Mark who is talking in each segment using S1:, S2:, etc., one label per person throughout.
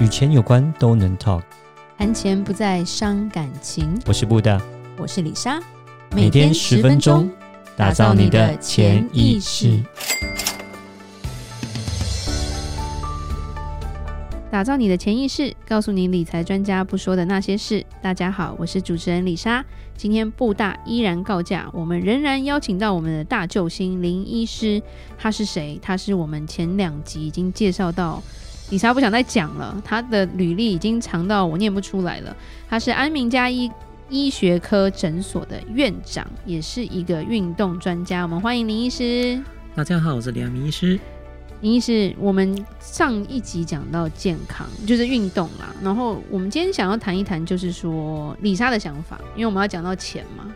S1: 与钱有关都能 talk。
S2: 谈钱不再伤感情。
S1: 我是布大，
S2: 我是李莎，
S1: 每天十分钟，打造你的潜意识。，
S2: 打造你的潜意识，告诉你理财专家不说的那些事。大家好，我是主持人李莎。今天布大依然告假，我们仍然邀请到我们的大救星林医师。他是谁？他是我们前两集已经介绍到。李莎不想再讲了，他的履历已经长到我念不出来了。他是安明加医医学科诊所的院长，也是一个运动专家。我们欢迎林医师。
S3: 大家好，我是梁明医师。
S2: 林医师，我们上一集讲到健康，就是运动啦。然后我们今天想要谈一谈，就是说李莎的想法，因为我们要讲到钱嘛。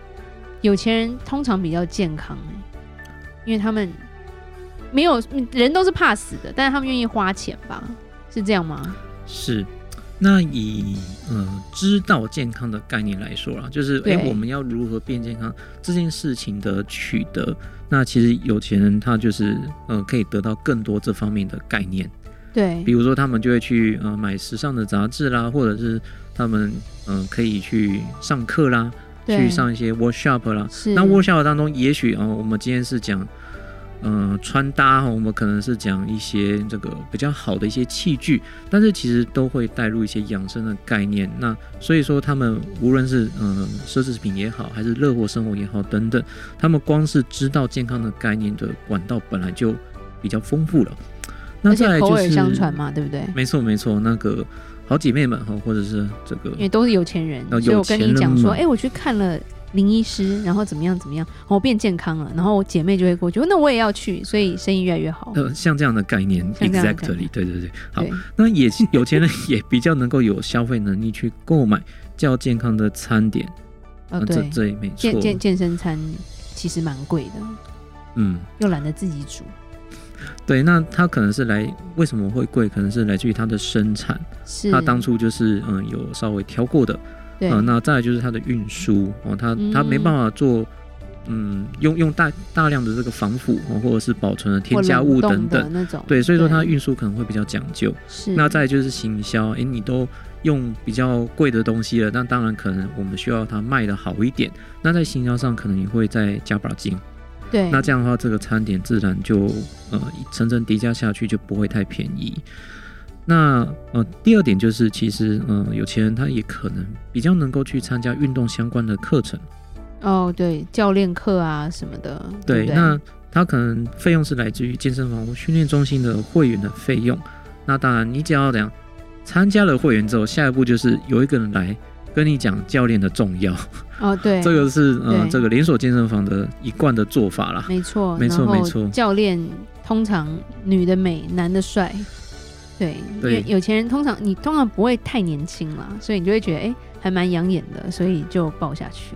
S2: 有钱人通常比较健康、欸，因为他们没有人都是怕死的，但是他们愿意花钱吧？是这样吗？
S3: 是，那以呃知道健康的概念来说啦，就是
S2: 对
S3: 诶、我们要如何变健康这件事情的取得，那其实有钱人他就是呃可以得到更多这方面的概念，
S2: 对
S3: 比如说他们就会去呃买时尚的杂志啦，或者是他们嗯、呃可以去上课啦，去上一些 workshop 啦，
S2: 是
S3: 那 workshop 当中，也许啊、呃我们今天是讲，呃，穿搭哈，我们可能是讲一些这个比较好的一些器具，但是其实都会带入一些养生的概念。那所以说，他们无论是嗯、呃奢侈品也好，还是乐活生活也好等等，他们光是知道健康的概念的管道本来就比较丰富了。那
S2: 而
S3: 再来
S2: 且口
S3: 就
S2: 耳
S3: 是，
S2: 相传嘛，对不对？
S3: 没错没错，那个好姐妹们哈，或者是这个
S2: 因为都是有钱人，
S3: 哦
S2: 所以我跟你讲说，
S3: 有钱人嘛
S2: 哎、我去看了林医师，然后怎么样怎么样，然后我变健康了，然后我姐妹就会过去，哦那我也要去，所以生意越来越好。
S3: 呃，像这样的概念
S2: 像这样的概念
S3: ，exactly，对对对，好
S2: 对，，哦
S3: 那也有钱人 也比较能够有消费能力去购买较健康的餐点，
S2: 哦
S3: 那这
S2: 对，
S3: 这也没错
S2: 健，健健身餐其实蛮贵的，
S3: 嗯，
S2: 又懒得自己煮，
S3: 对，那他可能是来为什么会贵，可能是来自于它的生产，
S2: 是
S3: 他当初就是嗯有稍微挑过的，
S2: 对、
S3: 呃，那再来就是它的运输哦，它它没办法做。嗯，用用大大量的这个防腐、哦、或者是保存的添
S2: 或
S3: 加
S2: 冷
S3: 物
S2: 冻
S3: 等
S2: 的
S3: 等，
S2: 那种，
S3: 对，所以说它
S2: 对
S3: 运输可能会比较讲究。
S2: 是
S3: 那再来就是行销，诶，你都用比较贵的东西了，那当然可能我们需要它卖的好一点。那在行销上可能也会再加把劲。
S2: 对
S3: 那这样的话，这个餐点自然就呃层层叠加下去，就不会太便宜。那呃，第二点就是，其实嗯、呃有钱人他也可能比较能够去参加运动相关的课程，
S2: 哦对教练课啊什么的，对
S3: 对，
S2: 不对
S3: 那他可能费用是来自于健身房或训练中心的会员的费用。那当然，你只要怎样参加了会员之后，下一步就是有一个人来跟你讲教练的重要，
S2: 哦对
S3: 这个是呃
S2: 对
S3: 这个连锁健身房的一贯的做法啦。
S2: 没错，
S3: 没错
S2: 然后
S3: 没错
S2: 教练通常女的美，男的帅，对，
S3: 对
S2: 因为有钱人通常你通常不会太年轻啦，所以你就会觉得哎、诶还蛮养眼的，所以就抱下去。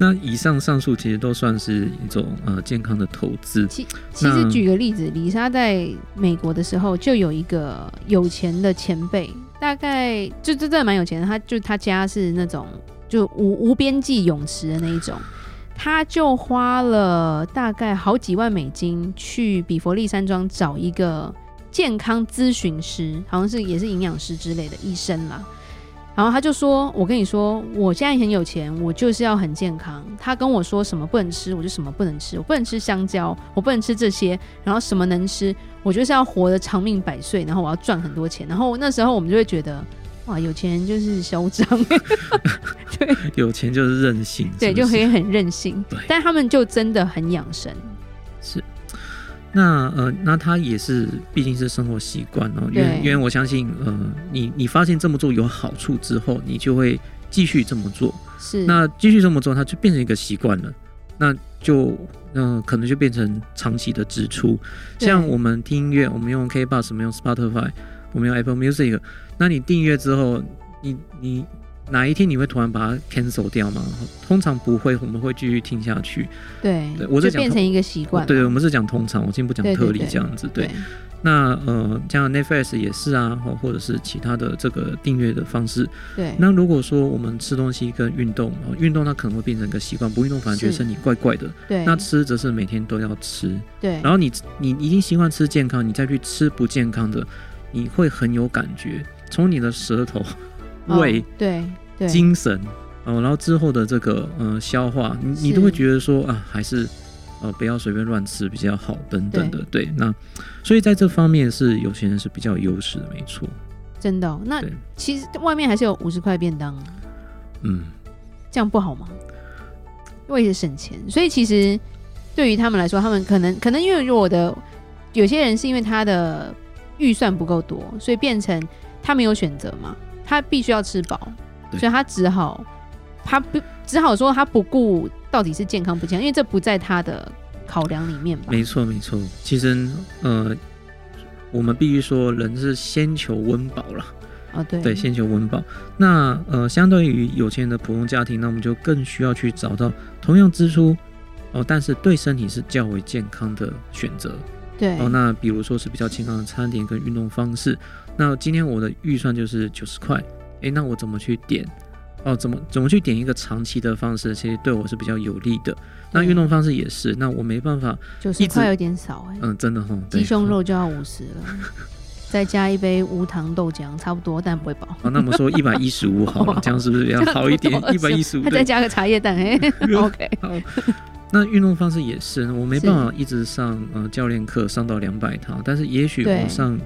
S3: 那以上上述其实都算是一种呃健康的投资。
S2: 其实
S3: 那
S2: 举个例子，李莎在美国的时候就有一个有钱的前辈，大概就就真的蛮有钱的，他就他家是那种就无无边际泳池的那一种。他就花了大概好几万美金去比佛利山庄找一个健康咨询师，好像是也是营养师之类的医生啦。然后他就说：“我跟你说，我现在很有钱，我就是要很健康。”他跟我说什么不能吃，我就什么不能吃，我不能吃香蕉，我不能吃这些，然后什么能吃，我就是要活得长命百岁，然后我要赚很多钱。然后那时候我们就会觉得，哇，有钱人就是嚣张，
S3: 有钱就是任性，
S2: 对，
S3: 是不
S2: 就是可以很任性
S3: 对。
S2: 但他们就真的很养生，
S3: 那呃，那他也是，毕竟是生活习惯哦。因为
S2: 对
S3: 因为我相信，呃，你你发现这么做有好处之后，你就会继续这么做。
S2: 是
S3: 那继续这么做，它就变成一个习惯了。那就嗯、呃可能就变成长期的支出。
S2: 对
S3: 像我们听音乐，我们用 K b o x 我们用 Spotify，我们用 Apple Music。那你订阅之后，你你哪一天你会突然把它 cancel 掉吗？通常不会，我们会继续听下去。
S2: 对，
S3: 对我在
S2: 就
S3: 讲
S2: 变成一个习惯了。
S3: 对，我们是讲通常，我今天不讲
S2: 啊对对
S3: 特例
S2: 对
S3: 这样子。对
S2: 对。
S3: 那呃，像 Netflix 也是啊，或或者是其他的这个订阅的方式。
S2: 对，
S3: 那如果说我们吃东西跟运动，呃运动它可能会变成一个习惯，不运动反而觉得
S2: 是
S3: 身体怪怪的。
S2: 对
S3: 那吃则是每天都要吃，
S2: 对
S3: 然后你你已经习惯吃健康，你再去吃不健康的，你会很有感觉，从你的舌头、
S2: 哦
S3: 胃、
S2: 对对，
S3: 精神，哦，然后之后的这个呃消化，你你都会
S2: 是
S3: 觉得说啊，还是呃不要随便乱吃比较好，等等
S2: 对
S3: 的。对，那所以在这方面是有些人是比较有优势的，没错。
S2: 真的哦、那
S3: 对
S2: 其实外面还是有五十块便当啊，
S3: 嗯，
S2: 这样不好吗？为了省钱，所以其实对于他们来说，他们可能可能因为我的有些人是因为他的预算不够多，所以变成他没有选择嘛，他必须要吃饱，
S3: 对
S2: 所以他只好他不只好说他不顾到底是健康不健康，因为这不在他的考量里面吧。
S3: 没错没错。其实呃，我们必须说，人是先求温饱啦。
S2: 哦，对
S3: 对，先求温饱。那呃，相对于有钱人的普通家庭，那我们就更需要去找到同样支出哦，但是对身体是较为健康的选择
S2: 对
S3: 哦。那比如说是比较健康的餐点跟运动方式。那今天我的预算就是九十块，诶，那我怎么去点？哦，怎么怎么去点一个长期的方式，其实对我是比较有利的。那运动方式也是，那我没办法，
S2: 九十
S3: 一直
S2: 块有点少哎、
S3: 嗯，真的哈，对
S2: 鸡胸肉就要五十了，再加一杯无糖豆浆，差不多，但不会饱。
S3: 好，那我们 说一百一十五好了，这样是不是比较好一点
S2: 多多？
S3: 一百一十五，
S2: 他再加个茶叶蛋， 哎，OK，
S3: 好，那运动方式也是，我没
S2: 是
S3: 办法一直上呃教练课上到两百堂，但是也许
S2: 对嗯
S3: 我上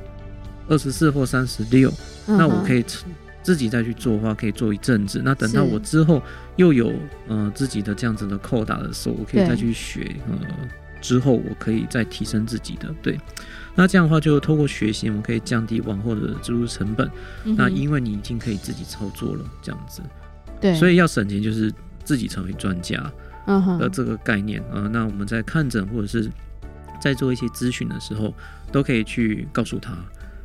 S3: 二十四或三十六，那我可
S2: 以
S3: 以吃自己再去做的话，可以做一阵子。那等到
S2: 是
S3: 我之后又有呃自己的这样子的扣打的时候，我可以
S2: 对
S3: 再去学呃之后我可以再提升自己的对。那这样的话，就透过学习，我们可以降低往后的支出成本。
S2: 嗯
S3: 那因为你已经可以自己操作了，这样子，
S2: 对，
S3: 所
S2: 以
S3: 以要省钱就是自己成为专家。
S2: 嗯哼
S3: 的，这个概念啊、呃那我们在看诊或者是在做一些咨询的时候，都可以去告诉他。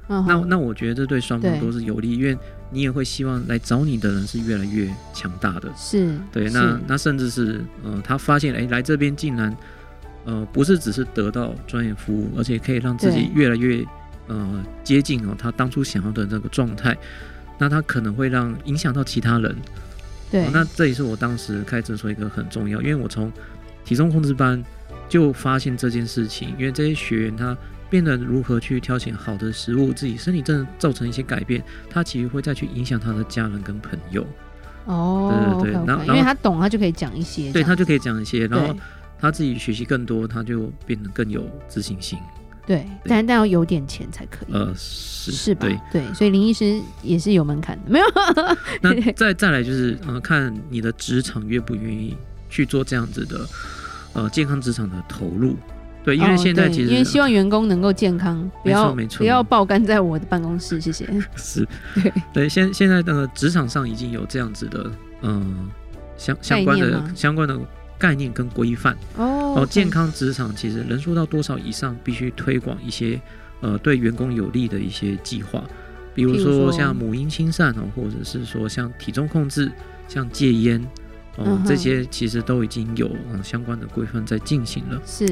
S2: 嗯
S3: 那
S2: 哼
S3: 那我觉得这对双方
S2: 对
S3: 都是有利，因为你也会希望来找你的人是越来越强大的。
S2: 是
S3: 对，
S2: 是
S3: 那那甚至是呃，他发现哎，来这边竟然呃不是只是得到专业服务，而且可以让自己
S2: 对
S3: 越来越呃接近哦他当初想要的那个状态。那他可能会让影响到其他人，
S2: 对
S3: 哦，那这也是我当时开诊所一个很重要，因为我从体重控制班就发现这件事情，因为这些学员他变得如何去挑选好的食物，自己身体真的造成一些改变，他其实会再去影响他的家人跟朋友，
S2: 哦
S3: 对对对
S2: OK，OK，
S3: 然后
S2: 因为
S3: 然后
S2: 他懂，他就可以讲一些这
S3: 对
S2: 样，
S3: 他就可以讲一些，然后
S2: 对
S3: 他自己学习更多，他就变得更有自信心。
S2: 对，但但要有点钱才可以。
S3: 呃，是
S2: 是吧
S3: 对。？
S2: 对，所以林医师也是有门槛的，没有？
S3: 那再再来就是，呃，看你的职场愿不愿意去做这样子的，呃，健康职场的投入。对，因为
S2: 哦
S3: 现在
S2: 对
S3: 其实、
S2: 因为希望员工能够健康，不
S3: 没错
S2: 要
S3: 没错
S2: 不要爆肝在我的办公室，谢 谢。
S3: 是
S2: 对
S3: 对，现现在的职场上已经有这样子的，嗯、相相关
S2: 概念吗
S3: 的相关的概念跟规范。
S2: 哦
S3: 哦，健康职场其实人数到多少以上，必须推广一些呃对员工有利的一些计划，比如
S2: 譬如
S3: 说
S2: 说
S3: 像母婴亲善哦，或者是说像体重控制、像戒烟哦、
S2: 嗯哼
S3: 这些其实都已经有嗯、呃相关的规范在进行了。
S2: 是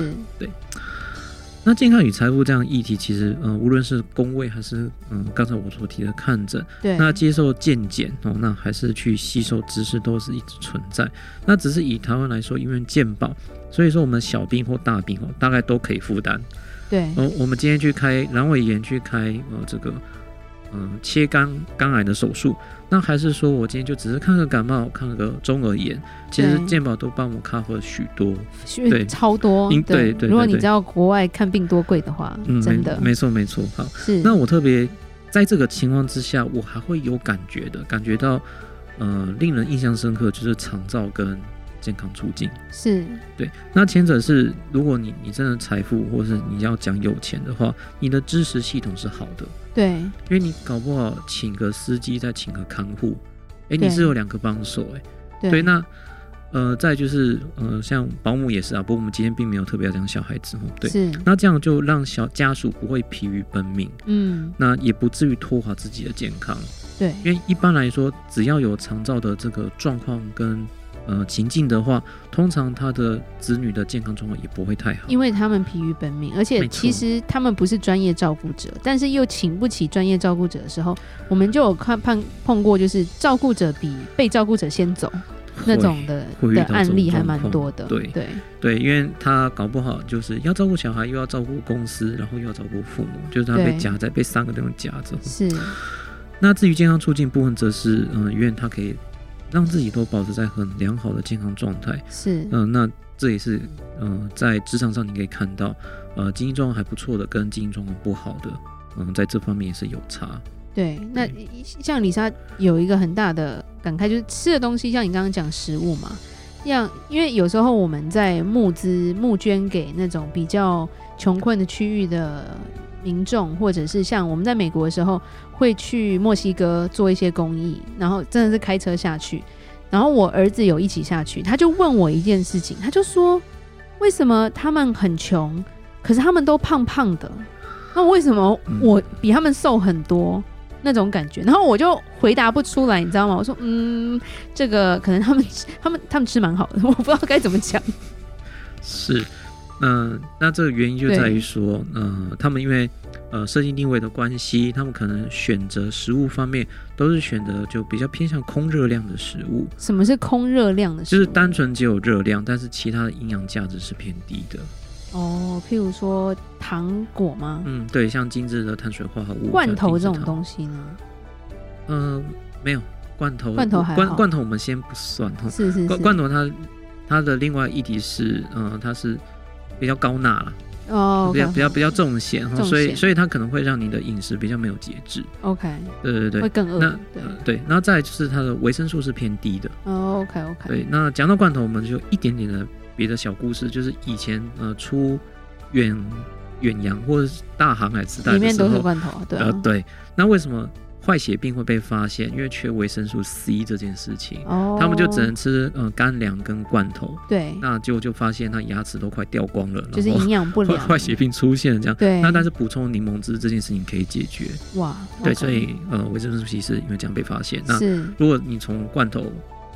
S3: 那健康与财富这样议题，其实嗯、呃无论是工位还是嗯、刚才我所提的看诊。
S2: 对，
S3: 那接受见解哦，那还是去吸收知识都是一直存在。那只是以台湾来说，因为健保，所以说我们小病或大病哦，大概都可以负担。
S2: 对
S3: 哦，我们今天去开阑尾炎，去开呃这个嗯、呃切肝肝癌的手术，那还是说我今天就只是看个感冒，看个中耳炎，其实
S2: 对
S3: 健保都帮我 cover 许多。
S2: 是
S3: 对
S2: 超多
S3: 因，对对
S2: 如果
S3: 对
S2: 你
S3: 对
S2: 知道国外看病多贵的话，
S3: 嗯，
S2: 真的
S3: 没没错没错。好，
S2: 是
S3: 那我特别在这个情况之下，我还会有感觉的，感觉到呃令人印象深刻就是长照跟健康促进。
S2: 是
S3: 对，那前者是如果你你真的财富或是你要讲有钱的话，你的支持系统是好的，
S2: 对
S3: 因为你搞不好请个司机再请个看护，诶，你
S2: 对
S3: 是有两个帮手诶。
S2: 对
S3: 对，那。呃，再就是呃，像保姆也是啊，不过我们今天并没有特别要讲小孩子哦。对，
S2: 是
S3: 那这样就让小家属不会疲于奔命，
S2: 嗯
S3: 那也不至于拖垮自己的健康，
S2: 对
S3: 因为一般来说，只要有肠照的这个状况跟呃情境的话，通常他的子女的健康状况也不会太好。
S2: 因为他们疲于奔命，而且
S3: 没错
S2: 其实他们不是专业照顾者，但是又请不起专业照顾者的时候，我们就有看碰碰过，就是照顾者比被照顾者先走，那种的
S3: 会遇
S2: 的
S3: 到这种
S2: 案例还蛮
S3: 状况
S2: 多的。
S3: 对
S2: 对
S3: 对，因为他搞不好就是要照顾小孩，又要照顾公司，然后又要照顾父母，就是他被
S2: 对
S3: 夹在被三个地方夹着。
S2: 是
S3: 那至于健康促进部分，则是嗯、呃，愿他可以让自己都保持在很良好的健康状态。
S2: 是
S3: 嗯、那这也是嗯、呃在职场上你可以看到，呃，经济状况还不错的跟经济状况不好的，嗯、在这方面也是有差。
S2: 对。那像李莎有一个很大的感慨，就是吃的东西，像你刚刚讲食物嘛，像因为有时候我们在募资募捐给那种比较穷困的区域的民众，或者是像我们在美国的时候，会去墨西哥做一些公益，然后真的是开车下去。然后我儿子有一起下去，他就问我一件事情，他就说为什么他们很穷，可是他们都胖胖的，那为什么我比他们瘦很多？那种感觉，然后我就回答不出来，你知道吗？我说，嗯，这个可能他们 吃他们他们吃蛮好的， 我不知道该怎么讲。
S3: 是，嗯、那这个原因就在于说，呃，他们因为呃设定定位的关系，他们可能选择食物方面都是选择就比较偏向空热量的食物，
S2: 什么是空热量的食
S3: 就
S2: 物？
S3: 是单纯只有热量，但是其他的营养价值是偏低的。
S2: 哦，譬如说糖果吗？
S3: 嗯，对，像精致的碳水化合物、
S2: 罐头这种
S3: 西，
S2: 东西呢？
S3: 嗯、没有罐头，
S2: 罐头还好
S3: 罐罐头我们先不算哈，
S2: 是是是
S3: 罐，罐头它它的另外议题是，嗯、它是比较高钠啦，
S2: 哦，
S3: 比较比较比较重咸哈，
S2: 重
S3: 所以
S2: 咸
S3: 所以它可能会让你的饮食比较没有节制。
S2: OK，
S3: 对对
S2: 会
S3: 对，
S2: 更饿
S3: 那。
S2: 对哦
S3: 呃对，那再来就是它的维生素是偏低的。
S2: ，OK OK，
S3: 对，那讲到罐头，我们就一点点的别的小故事，就是以前呃出远远洋或者是大航海时代
S2: 里
S3: 的
S2: 面
S3: 时
S2: 都是
S3: 候，
S2: 罐头啊，对
S3: 呃
S2: 啊，
S3: 对，那为什么坏血病会被发现？因为缺维生素 C 这件事情，
S2: 哦，
S3: 他们就只能吃呃干粮跟罐头，
S2: 对，
S3: 那就就发现他牙齿都快掉光了，
S2: 就是
S3: 然后
S2: 营养不
S3: 坏
S2: 良，
S3: 坏血病出现了这样。
S2: 对，
S3: 那但是补充柠檬汁这件事情可以解决，
S2: 哇，OK
S3: 对，所以呃维生素 C 是因为这样被发现。那
S2: 是
S3: 如果你从罐头，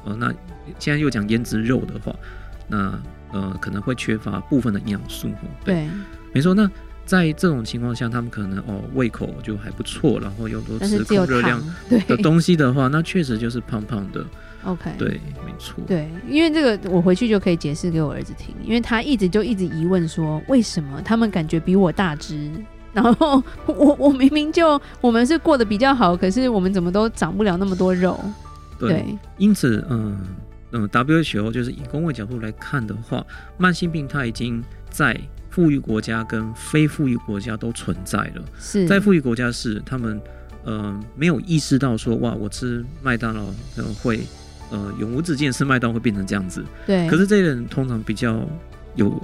S3: 呃，那现在又讲腌制肉的话，那呃可能会缺乏部分的营养素哦。
S2: 对，
S3: 没错。那在这种情况下，他们可能哦胃口就还不错，然后又都
S2: 但
S3: 吃
S2: 是只
S3: 高
S2: 有
S3: 热量
S2: 糖，对
S3: 的东西的话，那确实就是胖胖的。
S2: ，OK，
S3: 对，没错。
S2: 对，因为这个我回去就可以解释给我儿子听，因为他一直就一直疑问说，为什么他们感觉比我大只？然后我我明明就我们是过得比较好，可是我们怎么都长不了那么多肉？
S3: 对因此，嗯、嗯、WHO 就是以公卫角度来看的话，慢性病它已经在富裕国家跟非富裕国家都存在了。
S2: 是
S3: 在富裕国家是他们呃没有意识到说哇，我吃麦当劳呃会呃永无止境地吃麦当劳会变成这样子。
S2: 对，
S3: 可是这些人通常比较有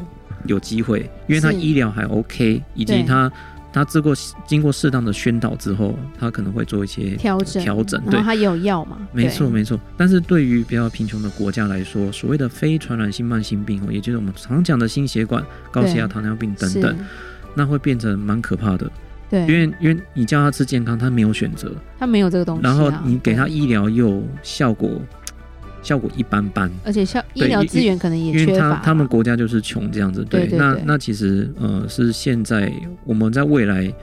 S3: 有机会，因为他
S2: 是
S3: 医疗还 OK，以及
S2: 对
S3: 他他经过经过适当的宣导之后，他可能会做一些
S2: 调整嗯
S3: 调整
S2: 然
S3: 对
S2: 后。他也有药嘛？
S3: 没
S2: 对
S3: 错，，没错。但是对于比较贫穷的国家来说，所谓的非传染性慢性病哦，也就是我们常讲的心血管、高血压、
S2: 对
S3: 糖尿病等
S2: 是
S3: 等，，那会变成蛮可怕的。
S2: 对，
S3: 因为因为你叫他吃健康，他没有选择，
S2: 他没有这个东西、啊，
S3: 然后你给他
S2: 对，
S3: 医疗又效果效果一般般，
S2: 而且像医
S3: 对
S2: 疗
S3: 因
S2: 资源可能也
S3: 因为
S2: 缺
S3: 他
S2: 乏，
S3: 他们国家就是穷这样子。
S2: 对对
S3: 那
S2: 对
S3: 那其实呃是现在我们在未来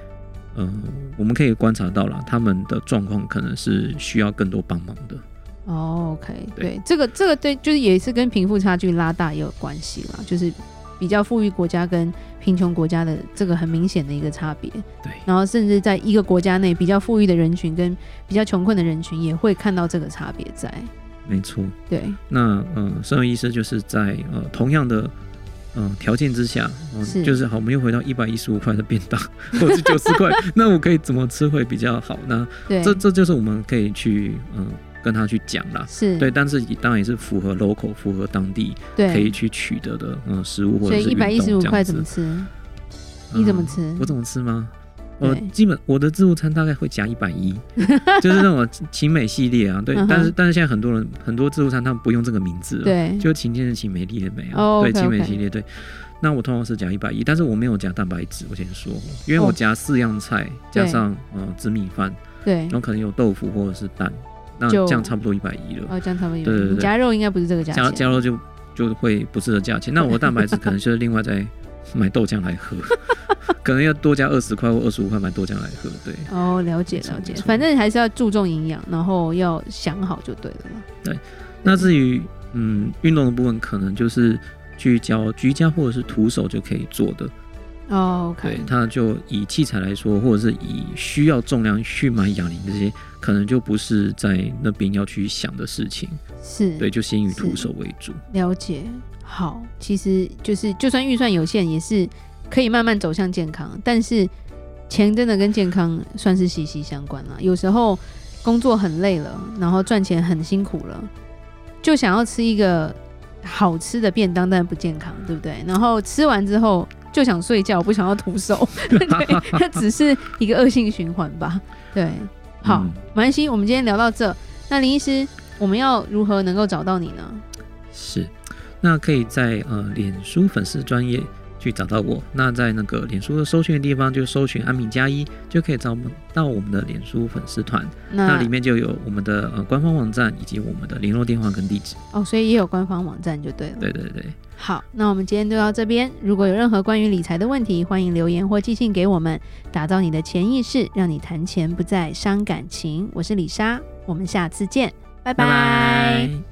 S3: 呃我们可以观察到了，他们的状况可能是需要更多帮忙的。
S2: 哦，OK，
S3: 对
S2: 对，这个这个对，就是也是跟贫富差距拉大也有关系啦，就是比较富裕国家跟贫穷国家的这个很明显的一个差别。
S3: 对
S2: 然后甚至在一个国家内，比较富裕的人群跟比较穷困的人群也会看到这个差别在。
S3: 没错。
S2: 对，
S3: 那呃，身为医师就是在呃同样的呃条件之下，呃、
S2: 是
S3: 就是好，我们又回到一百一十五块的便当， 或者是九十块， 那我可以怎么吃会比较好？那
S2: 对，
S3: 这这就是我们可以去嗯、跟他去讲啦。
S2: 是
S3: 对，但是也当然也是符合 local、符合当地可
S2: 对，
S3: 以去取得的嗯、呃食物或
S2: 所
S3: 者
S2: 以
S3: 是
S2: 一百一十五块怎么
S3: 么？
S2: 吃？你怎么
S3: 嗯
S2: 吃
S3: 我怎么吃吗？我
S2: 对
S3: 基本我的自助餐大概会加一 百一，就是那种秦美系列啊。对
S2: 嗯哼，
S3: 但是但是现在很多人很多自助餐他们不用这个名字了，
S2: 对，
S3: 就晴天的晴，美丽的美啊，
S2: 哦
S3: 对，
S2: OK，
S3: 晴美
S2: OK
S3: 系列对。那我通常是讲一百一，但是我没有讲蛋白质，我先说，因为我
S2: 哦
S3: 夹四样菜，加
S2: 对
S3: 上呃紫米饭，
S2: 对
S3: 然，后可能有豆腐或者是蛋，那
S2: 就
S3: 这样差不多一百一了。
S2: 哦，这样差不多有。
S3: 对对对
S2: 你夹肉应该不是这个价
S3: 加
S2: 钱。
S3: 加肉就就会不是的价钱。那我的蛋白质可能就是另外再买豆浆来 喝，可能要多加二十块或二十五块买豆浆来喝。对
S2: 哦，了解
S3: 没错
S2: 了解
S3: 没，错
S2: 反正还是要注重营养，然后要想好就对了嘛。
S3: 那至于嗯，运动的部分可能就是去教居家或者是徒手就可以做的。
S2: 哦
S3: 对
S2: ，OK，，
S3: 它就以器材来说，或者是以需要重量去买哑铃这些，可能就不是在那边要去想的事情。
S2: 是，
S3: 对，就先以徒
S2: 是
S3: 手为主。
S2: 了解。好，其实就是就算预算有限，也是可以慢慢走向健康。但是钱真的跟健康算是息息相关了。有时候工作很累了，然后赚钱很辛苦了，就想要吃一个好吃的便当，但不健康，对不对？然后吃完之后就想睡觉，不想要徒 手，
S3: 嗯
S2: 对， 那只是一个恶性循环吧。对，好
S3: 嗯，
S2: 蛮西，我们今天聊到这。那林医师，我们要如何能够找到你呢？
S3: 是，那可以在呃脸书粉丝专业去找到我。那在那个脸书的搜寻的地方，就搜寻安敏加一，就可以找我们到我们的脸书粉丝团，
S2: 嗯
S3: 那里面就有我们的呃官方网站以及我们的联络电话跟地址。
S2: 哦，所以也有官方网站就对了。
S3: 对对对，
S2: 好，那我们今天就到这边。如果有任何关于理财的问题，欢迎留言或寄信给我们。打造你的潜意识，让你谈钱不再伤感情。我是李莎，我们下次见，拜
S3: 拜拜